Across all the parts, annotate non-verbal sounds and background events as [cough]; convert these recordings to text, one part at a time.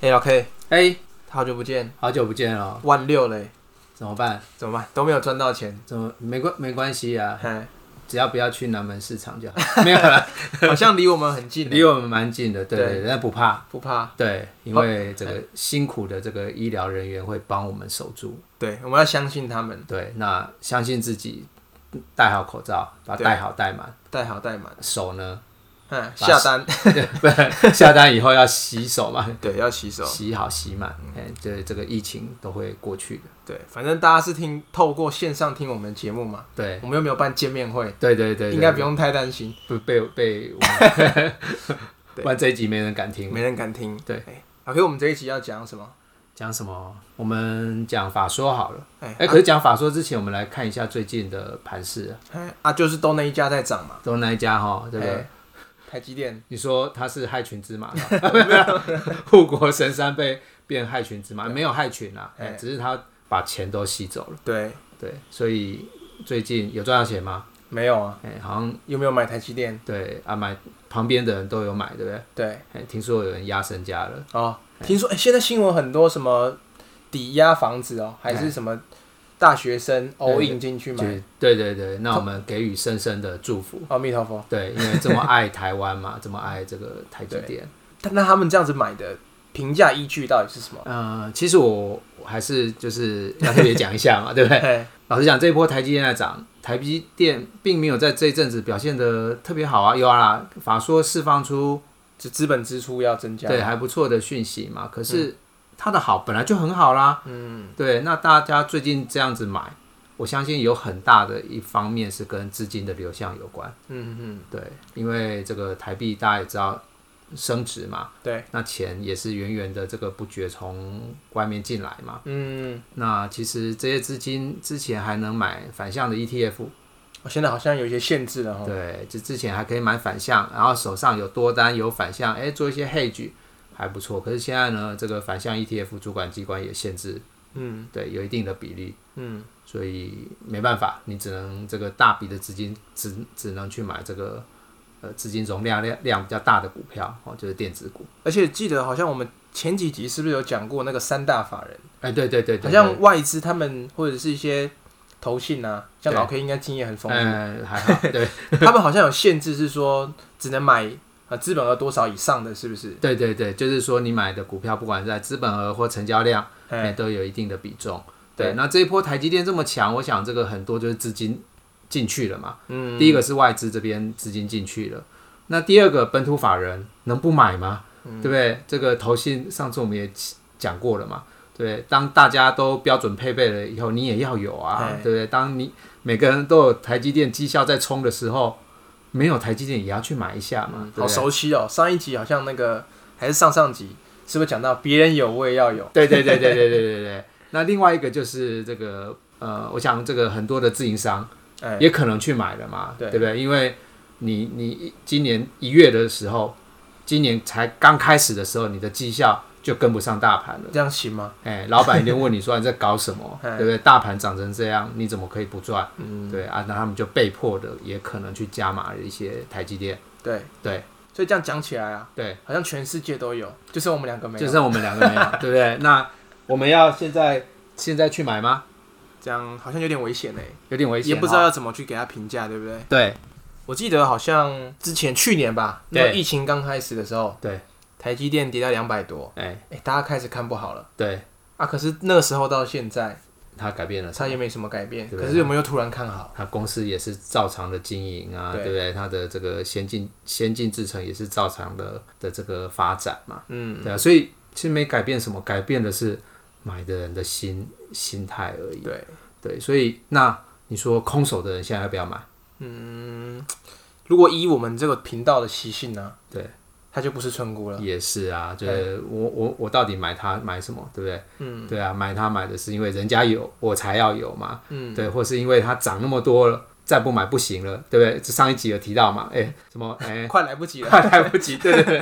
哎、老 K，哎、好久不见，好久不见了，万六嘞，怎么办？怎么办？都没有赚到钱，怎么没关没关系啊？哎，只要不要去南门市场就好。没有啦，好像离我们很 [laughs] 近离嘞，我们蛮近的，对对哎对，但不怕。不怕。对，因为这个辛苦的这个医疗人员会帮我们守住。对，我们要相信他们，对，那相信自己，戴好口罩，把它对戴好戴满。啊带好带满，手呢？ [laughs] 嗯，把下单，不下单以后要洗手嘛，对，要洗手。嗯洗好洗满。哎、这这个疫情都会过去的。对，反正大家是听透过线上听我们节目嘛，对，我们又没有办见面会，对对对对应该不用太担心，不被被玩 [laughs] [laughs] 对玩这一集没人敢听。没人敢听。对哎，老 K，我们这一集要讲什么？讲什么？我们讲法说好了。哎哎、可是讲法说之前，我们来看一下最近的盘势啊。啊哎啊，就是都那一家在涨嘛，都那一家哈，这个、哎台积电，你说他是害群 [laughs] 之马吧，护国神山被变害群之马，没有害群啊，哎、哎只是他把钱都吸走了。对，对，所以最近有赚到钱吗？没有啊，哎、好像有没有买台积电？对啊，买旁边的人都有买，对不对？对，哎、听说有人压身家了。哦，听说哎、现在新闻很多什么抵押房子哦，还是什么大学生 all in 进去就买，对对对，那我们给予深深的祝福。阿弥陀佛。对，因为这么爱台湾嘛，这么爱这个台积电。但那他们这样子买的评价依据到底是什么？呃，其实我我还是就是要特别讲一下嘛，对不 [laughs] 对？嘿老实讲，这一波台积电在涨，台积电并没有在这一阵子表现的特别好啊，有啊啦，法说释放出就资本支出要增加，对还不错的讯息嘛，可是它的好本来就很好啦，嗯，对，那大家最近这样子买，我相信有很大的一方面是跟资金的流向有关，嗯嗯，对，因为这个台币大家也知道升值嘛，对，那钱也是源源的这个不觉从外面进来嘛。嗯，那其实这些资金之前还能买反向的 ETF，、我哦现在好像有一些限制了哈。对，就之前还可以买反向，然后手上有多单有反向，哎，做一些 hedge 还不错。可是现在呢，这个反向 ETF 主管机关也限制，嗯对，有一定的比例，嗯，所以没办法，你只能这个大笔的资金只只能去买这个呃资金容量量量比较大的股票哦，就是电子股。而且记得好像我们前几集是不是有讲过那个三大法人，哎，对对对好对，对像外资他们或者是一些投信啊，像对老 K 应该经验很丰富，嗯，还好，对 [laughs] [laughs] 他们好像有限制，是说只能买呃资本额多少以上的，是不是？对对对，就是说你买的股票，不管在资本额或成交量，哎、哎，都有一定的比重。对对，那这一波台积电这么强，我想这个很多就是资金进去了嘛。嗯，第一个是外资这边资金进去了，那第二个本土法人能不买吗？对不对？这个投信上次我们也讲过了嘛，对不对，当大家都标准配备了以后，你也要有啊，对对不对？当你每个人都有台积电绩效在冲的时候，没有台积电也要去买一下嘛，对不好嗯对熟悉哦。上一集好像那个还是上上集，是不是讲到别人有我也要有？对对对对对对对对。那另外一个就是这个呃，我想这个很多的自营商哎，也可能去买了嘛，对对不对？因为你你今年一月的时候，今年才刚开始的时候，你的绩效就跟不上大盘了。这样行吗？哎，老板一定问你说你在搞什么，嗯 [laughs] 哎对不对？大盘涨成这样，你怎么可以不赚？嗯，对啊，那他们就被迫的也可能去加码了一些台积电，对对。所以这样讲起来啊，对，好像全世界都有，就剩我们两个没有。就剩我们两个 [laughs] 没有，对不对？那我们要现在现在去买吗？这样好像有点危险哎，有点危险，哦也不知道。要怎么去给他评价，对不对？对，我记得好像之前去年吧，那对疫情刚开始的时候，对，台积电跌到两百多，哎，哎，大家开始看不好了对，啊。可是那个时候到现在，他改变了什它么，也没什么改变，对啊可是有没有突然看好？他啊公司也是照常的经营啊，对对不对？他的这个先进先进制程也是照常的的这个发展嘛，嗯，对啊，所以其实没改变什么，改变的是买的人的心心态而已。对，对，所以那你说空手的人现在要不要买？如果以我们这个频道的习性呢、对，它就不是村姑了。也是啊，就是我我我到底买它买什么，对不对？嗯，对啊，买它买的是因为人家有，我才要有嘛，嗯，对，或是因为它涨那么多了，再不买不行了，对不对？这上一集有提到嘛，哎、什么哎。快来不及了，快来不及，对对对。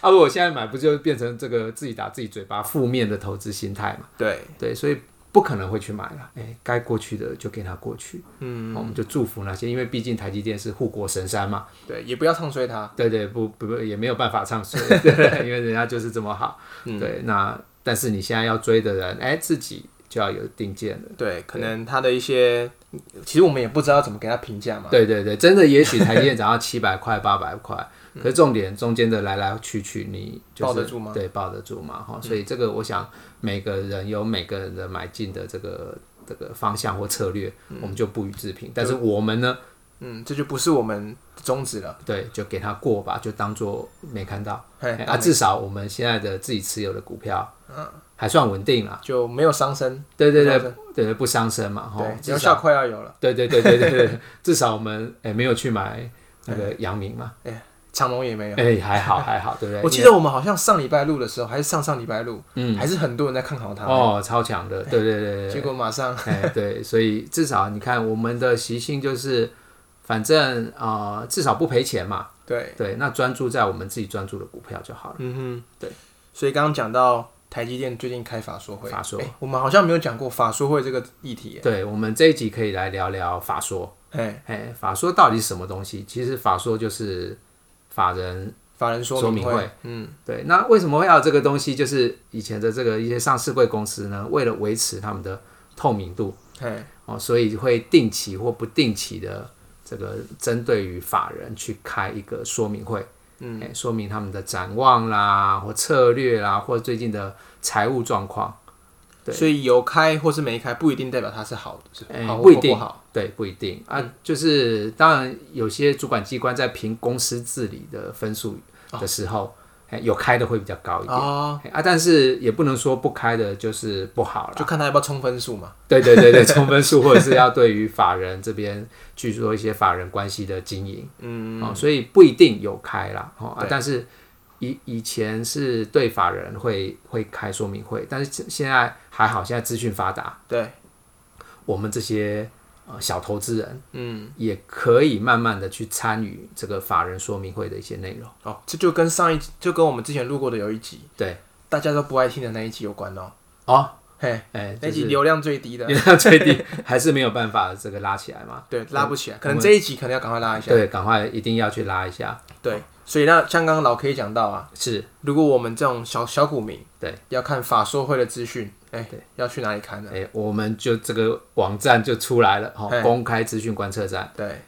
啊，如果现在买，不就变成这个自己打自己嘴巴负面的投资心态嘛？对，对，所以不可能会去买了。哎、该过去的就给它过去，嗯、我们就祝福那些，因为毕竟台积电是护国神山嘛，对，也不要唱衰它。对对，不不不，也没有办法唱衰， [laughs] 对因为人家就是这么好。对，那但是你现在要追的人，哎、自己就要有定见了。对，可能它的一些，其实我们也不知道怎么给它评价嘛。对对对，真的，也许台积电涨到七百块、八百块， [laughs] 可是重点中间的来来去去，你就是抱得住吗？嗯对，抱得住嘛，哈。所以这个，我想每个人有每个人的买进的这个这个方向或策略，我们就不予置评。但是我们呢，嗯，这就不是我们的宗旨了。对，就给它过吧，就当做没看到。嘿哎啊，至少我们现在的自己持有的股票，嗯，还算稳定啦。就没有伤身，对对对不伤对对，不伤身嘛，哈对，。哦至疗少效快要有了，对对对对对对，至少我们哎没有去买那个阳明嘛，长隆也没有。哎还 [laughs] 好还好，对不对？我记得我们好像上礼拜录的时候，还是上上礼拜录，嗯还是很多人在看好它，哦，超强的，对对对对结果马上对， [laughs] 哎对，所以至少你看我们的习性就是，反正啊、呃至少不赔钱嘛，对，对，那专注在我们自己专注的股票就好了。嗯哼，对。所以刚刚讲到台积电最近开法说会，法说诶我们好像没有讲过法说会这个议题耶，对，我们这一集可以来聊聊法说，哎，哎，法说到底是什么东西？其实法说就是法人法人说说明会，嗯，对，那为什么会要有这个东西？就是以前的这个一些上市贵公司呢，为了维持他们的透明度哎，哦，所以会定期或不定期的这个针对于法人去开一个说明会，嗯、说明他们的展望啦，或策略啦，或最近的财务状况。对所以有开或是没开，不一定代表它是好的，是哎好不一或定好，嗯对，不一定啊，就是当然有些主管机关在评公司治理的分数的时候，哎有开的会比较高一点。哦，啊，但是也不能说不开的就是不好就啦。看他要不要冲分数 [laughs] 嘛，对对对对，充分数或者是要对于法人这边去做一些法人关系的经营，嗯、哦，所以不一定有开啦，哦，啊对但是以以前是对法人会会开说明会，但是现在还好，现在资讯发达，对，我们这些呃小投资人嗯，也可以慢慢的去参与这个法人说明会的一些内容，哦，这就跟上一集就跟我们之前录过的有一集，对，大家都不爱听的那一集有关哦，哦，嘿，哎、那这 [laughs] 集是流量最低的，流量最低，还是没有办法这个拉起来嘛。对，拉不起来，可能这一集可能要赶快拉一下，对，赶快一定要去拉一下。对，所以那像刚刚老 K 讲到啊。是，如果我们这种小小股民，对，要看法说会的资讯，哎、对要去哪里看呢？哎、我们就这个网站就出来了，哈、哎公开资讯观测站。对，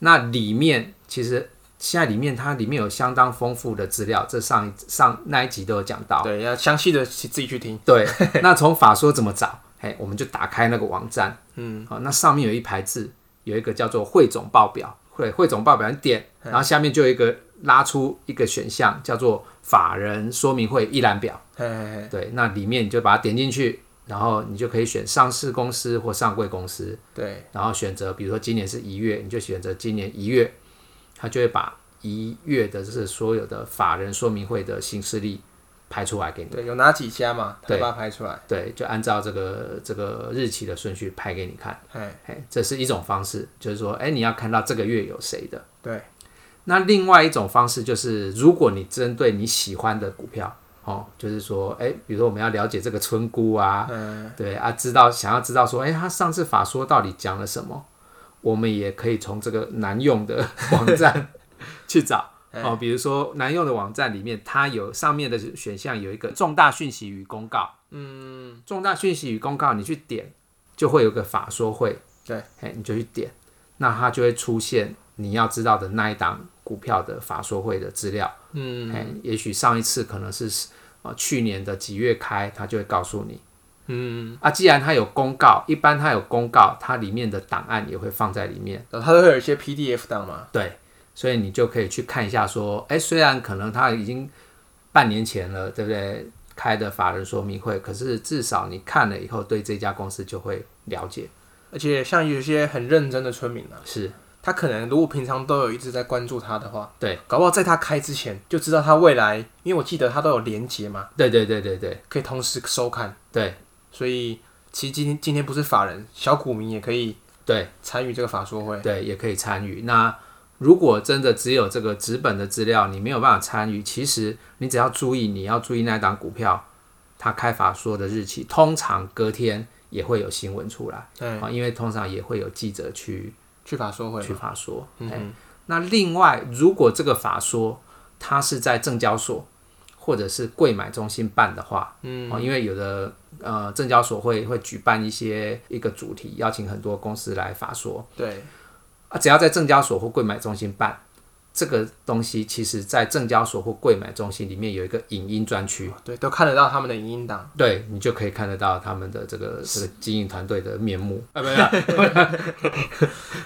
那里面其实现在里面它里面有相当丰富的资料，这上一上那一集都有讲到。对，要详细的自己去听，对， [laughs] 那从法说怎么找？哎，我们就打开那个网站，嗯，好、那上面有一排字，有一个叫做汇总报表，汇汇总报表你点，然后下面就有一个拉出一个选项叫做法人说明会一览表。嘿嘿嘿，对，那里面你就把它点进去，然后你就可以选上市公司或上柜公司，对，然后选择，比如说今年是一月，你就选择今年一月，它就会把一月的这所有的法人说明会的新势力排出来给你。对，有哪几家嘛，他对把它排出来，对，就按照这个这个日期的顺序排给你看。哎，哎，这是一种方式，就是说，哎，你要看到这个月有谁的。对，那另外一种方式就是，如果你针对你喜欢的股票，哦，就是说，哎，比如说我们要了解这个村姑啊，嗯，对啊，知道想要知道说，哎，他上次法说到底讲了什么，我们也可以从这个难 [laughs] 用的网站去找。哦，比如说难用的网站里面，它有上面的选项有一个重大讯息与公告，嗯，重大讯息与公告，你去点就会有个法说会，对，哎，你就去点，那它就会出现你要知道的那一档股票的法说会的资料，嗯，哎，也许上一次可能是呃去年的几月开，它就会告诉你。嗯啊，既然它有公告，一般它有公告，它里面的档案也会放在里面，然后它都会有一些 PDF 档嘛，对，所以你就可以去看一下，说，哎，虽然可能它已经半年前了，对不对？开的法人说明会，可是至少你看了以后，对这家公司就会了解，而且像有些很认真的村民啊，是他可能如果平常都有一直在关注他的话，对，搞不好在他开之前就知道他未来，因为我记得他都有连结嘛，对对对对对可以同时收看，对所以其实今天今天不是法人，小股民也可以对参与这个法说会，对，也可以参与。那如果真的只有这个纸本的资料，你没有办法参与，其实你只要注意，你要注意那档股票它开法说的日期，通常隔天也会有新闻出来啊，因为通常也会有记者去哎去法说会去法说。哎，那另外，如果这个法说它是在证交所或者是柜买中心办的话，嗯，因为有的呃证交所会会举办一些一个主题，邀请很多公司来法说。对，啊，只要在证交所或柜买中心办。这个东西其实，在证交所或柜买中心里面有一个影音专区，对，都看得到他们的影音档。对你就可以看得到他们的这个这个经营团队的面目。啊，没有，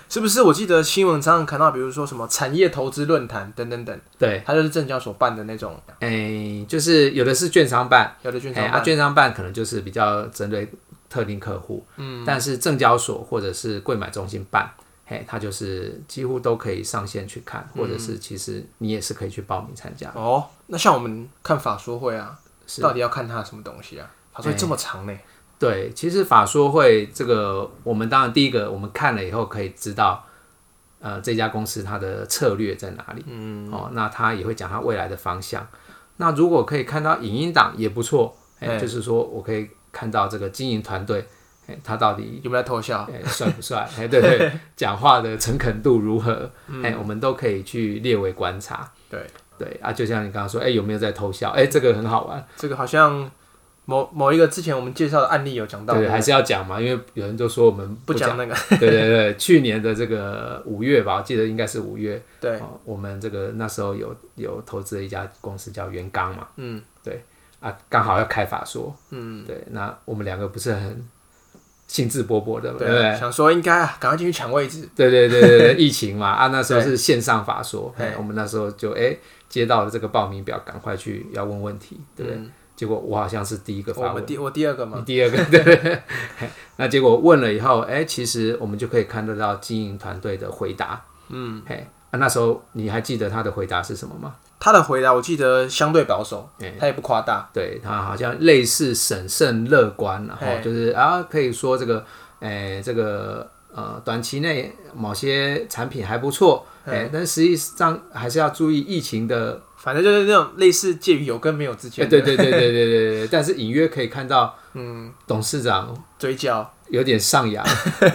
是不是？我记得新闻常常看到，比如说什么产业投资论坛等等等， [laughs] 对，它就是证交所办的那种。哎，就是有的是券商办，有的券商哎，办啊，券商办可能就是比较针对特定客户，嗯，但是证交所或者是柜买中心办。嘿，它就是几乎都可以上线去看，或者是其实你也是可以去报名参加。哦，那像我们看法说会啊，是哎到底要看它什么东西啊？法说会这么长呢？对，其实法说会这个，我们当然第一个我们看了以后可以知道，呃，这家公司它的策略在哪里。嗯，哦，那它也会讲它未来的方向。那如果可以看到影音档也不错，哎、哎就是说我可以看到这个经营团队，哎，他到底有没有在偷笑？哎，帅不帅？哎，对对，讲话的诚恳度如何？哎，我们都可以去列为观察。对，对啊，就像你刚刚说，哎，有没有在偷笑？哎，这个很好玩。这个好像某某一个之前我们介绍的案例有讲到，对，还是要讲嘛，因为有人就说我们不讲。讲那个对对对，去年的这个五月吧，我记得应该是五月。对哦我们这个那时候有有投资了一家公司叫元刚嘛。嗯，对啊，刚好要开法说。嗯，对，那我们两个不是很兴致勃勃的嘛，对不对？想说应该啊，赶快进去抢位置。对对对对对， [laughs] 疫情嘛啊，那时候是线上法说，对哎我们那时候就哎、接到了这个报名表，赶快去要问问题，对不对？结果我好像是第一个我发问们，嗯第我第二个嘛，你第二个对对 [laughs] 对，那结果问了以后，哎、其实我们就可以看得到经营团队的回答，嗯，嘿，啊，那时候你还记得他的回答是什么吗？他的回答我记得相对保守，哎他也不夸大。啊对他好像类似审慎乐观，然后嘿就是啊，可以说这个，哎、这个呃，短期内某些产品还不错，哎、但实际上还是要注意疫情的，反正就是那种类似介于有跟没有之哎、间的对对对对对对对对，但是隐约可以 [laughs] 看到，嗯，董事长嘴角，有点上扬，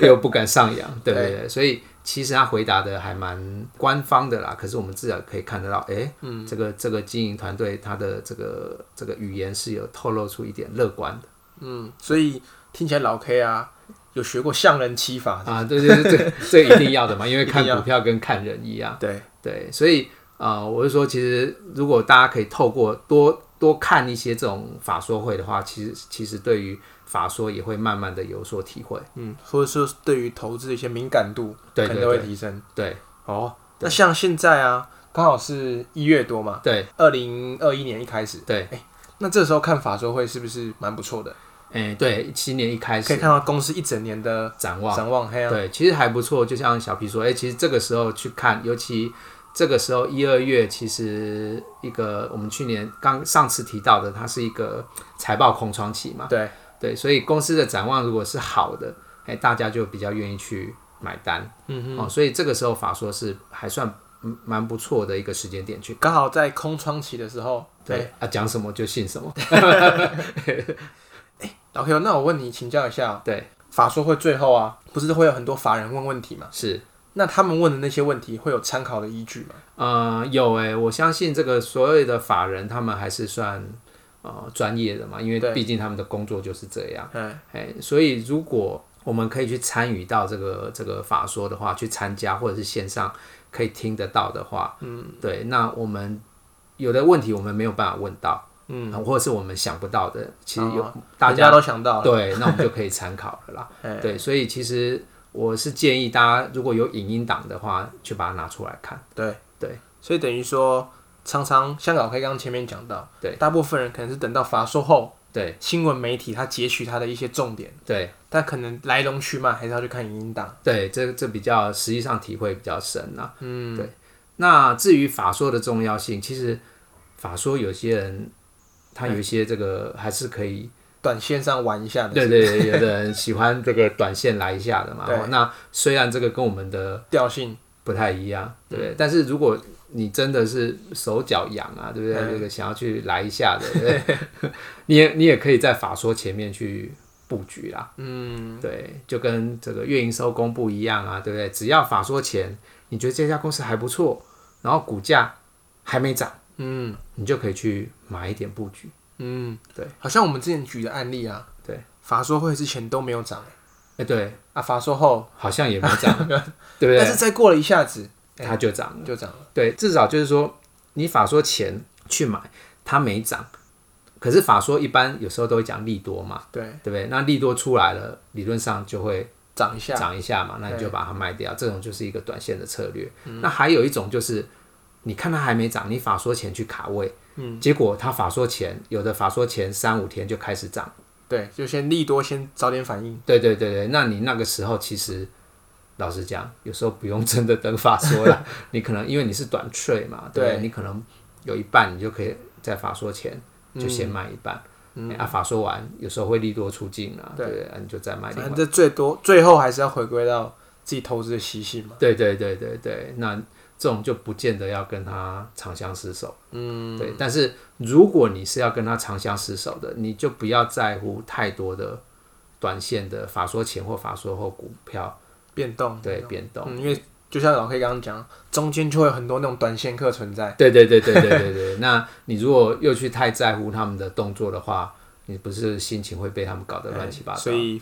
又不敢上扬，对不对？所以其实他回答的还蛮官方的啦，可是我们至少可以看得到，哎，嗯，这个这个经营团队他的这个这个语言是有透露出一点乐观的嗯，所以听起来老 K 啊，有学过相人七法，啊，对对对，这这一定要的嘛，因为 [laughs] 看一定要股票跟看人一样，对，对，所以呃，我是说，其实如果大家可以透过多多看一些这种法说会的话，其实其实对于法说也会慢慢的有所体会，嗯，或者说对于投资的一些敏感度，对可对能都会对提升。对哦，那像现在啊，刚好是一月多嘛，对二零二一年一开始，对，那这时候看法说会是不是蛮不错的？哎，对，新年一开可以始看到公司一整年的展望。展望，黑啊，对，其实还不错。就像小皮说，哎、其实这个时候去看，尤其这个时候一二月，其实一个我们去年刚上次提到的，它是一个财报空窗期嘛，对，对，所以公司的展望如果是好的，哎、大家就比较愿意去买单，嗯哦，所以这个时候法说是还算嗯蛮不错的一个时间点去。刚好在空窗期的时候，哎，对啊，讲什么就信什 [laughs] 么。老 K，那我问你请教一下，啊对，法说会最后啊，不是会有很多法人问问题嘛？是，那他们问的那些问题会有参考的依据吗？呃，有诶、我相信这个所有的法人，他们还是算呃专业的嘛，因为对毕竟他们的工作就是这样。嗯，哎，所以如果我们可以去参与到这个这个法说的话，去参加或者是线上可以听得到的话，嗯，对，那我们有的问题我们没有办法问到，嗯，或者是我们想不到的，其实有、哦大人家都想到了，对，那我们就可以参考 [laughs] 了啦。哎对，所以其实我是建议大家，如果有影音档的话，去把它拿出来看。对啊对，所以等于说，常常香港 K 刚刚前面讲到，对，大部分人可能是等到法说后，对新闻媒体他截取他的一些重点，对。但可能来龙去脉还是要去看影音档。对，这这比较实际上体会比较深啦、嗯，对。那至于法说的重要性，其实法说有些人他有一些这个还是可以，短线上嗯玩一下的对对对，有的人喜欢这个短线来一下的 [laughs] 嘛。对哦那虽然这个跟我们的调性，不太嗯一样，对不对？但是如果你真的是手脚痒啊，对不对？嗯 [laughs] 这个想要去来一下的，对不对你也你也可以在法说前面去布局啦。嗯，对，就跟这个月营收公布一样啊，对不对？只要法说前你觉得这家公司还不错，然后股价还没涨，嗯，你就可以去买一点布局。嗯，对，好像我们之前举的案例啊，对，法说会之前都没有涨、欸，哎、对，啊，法说后，好像也没 [laughs] 涨，对不但对？是再过了一下子它就涨了。就涨了，对，至少就是说，你法说前去买，它没涨，可是法说一般有时候都会讲利多嘛，对，对不对？那利多出来了，理论上就会涨一下，涨一下嘛，那你就把它卖掉，这种就是一个短线的策略。那还有一种就是，你看它还没涨，你法说前去卡位，嗯，结果它法说前有的法说前三五天就开始涨，对，就先利多先早点反应，对对对对，那你那个时候其实。老实讲，有时候不用真的等法说 [laughs] 了，你可能因为你是短脆嘛，对不对对你可能有一半你就可以在法说前就先卖一半，哎啊法说完有时候会利多出尽啊，对对不对？啊你就再卖反另外一半正这最多最后还是要回归到自己投资的习性嘛，对对对对对，那这种就不见得要跟他长相厮守。嗯，对。但是如果你是要跟他长相厮守的，你就不要在乎太多的短线的法说前或法说后股票变动，对变动。嗯，因为就像老 K 刚刚讲，中间就会有很多那种短线客存在，对对对对对对对。那你如果又去太在乎他们的动作的话，你不是心情会被他们搞得乱七八糟？所以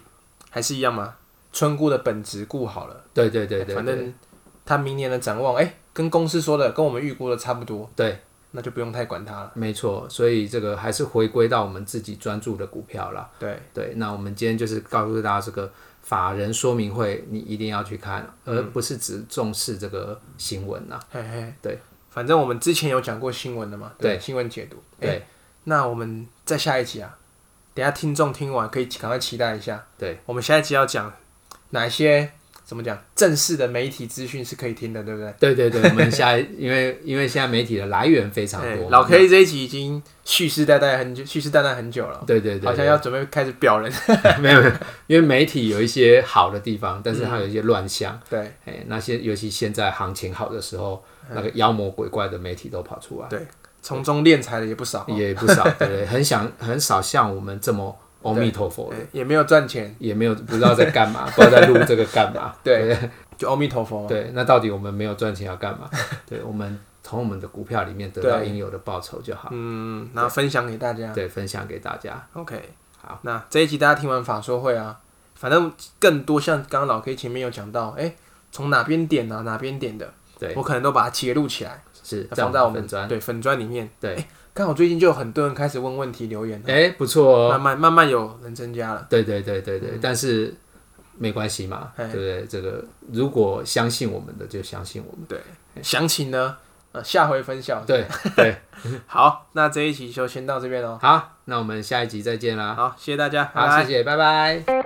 还是一样嘛，村姑的本质顾好了，对对对对，反对正他明年的展望，哎、跟公司说的跟我们预估的差不多，对，那就不用太管它了，啊没错。所以这个还是回归到我们自己专注的股票啦。对，对，那我们今天就是告诉大家，这个法人说明会你一定要去看，而不是只重视这个新闻呐、嘿嘿，对，反正我们之前有讲过新闻的嘛，对新闻解读，哎、对那我们再下一集啊，等一下听众听完可以赶快期待一下，对我们下一集要讲哪些怎么讲正式的媒体资讯是可以听的，对不对？对对对，我们下一因为因为现在媒体的来源非 [laughs] 常哎多嘛，老 K 这一集已经蓄势待待很久，蓄势待待很久了，对对对，好像要准备开始表人。要 [laughs] 没有没有，因为媒体有一些好的地方，但是它有一些乱象，嗯对嗯哎、那些尤其现在行情好的时候，那个妖魔鬼怪的媒体都跑出来，对，从中敛财的也不少，也不 [laughs] 少，对不对？很想很少像我们这么阿弥陀佛哎的，也没有赚钱，也没有不知道在干嘛， [laughs] 不知道在录这个干嘛， [laughs] 对，就阿弥陀佛嘛。对，那到底我们没有赚钱要干嘛？对，我们从我们的股票里面得到对应有的报酬就好。嗯，然后分享给大家。对，分享给大家。 OK，好，那这一集大家听完法说会啊，反正更多像刚刚老 K 前面有讲到，哎、从哪边点啊，哪边点的，对，我可能都把它截录起来，是嗯这放样在我粉们砖。对粉砖里面。对哎刚好最近就有很多人开始问问题留言，哎，不错慢哦。慢慢慢有人增加了。对对对对对，但是没关系嘛，嗯对哎不对？这个如果相信我们的就相信我们。对，详情呢，呃，下回分享。对对，好，那这一期就先到这边喽。好，那我们下一集再见啦。好，谢谢大家，拜拜好，谢。谢，拜拜。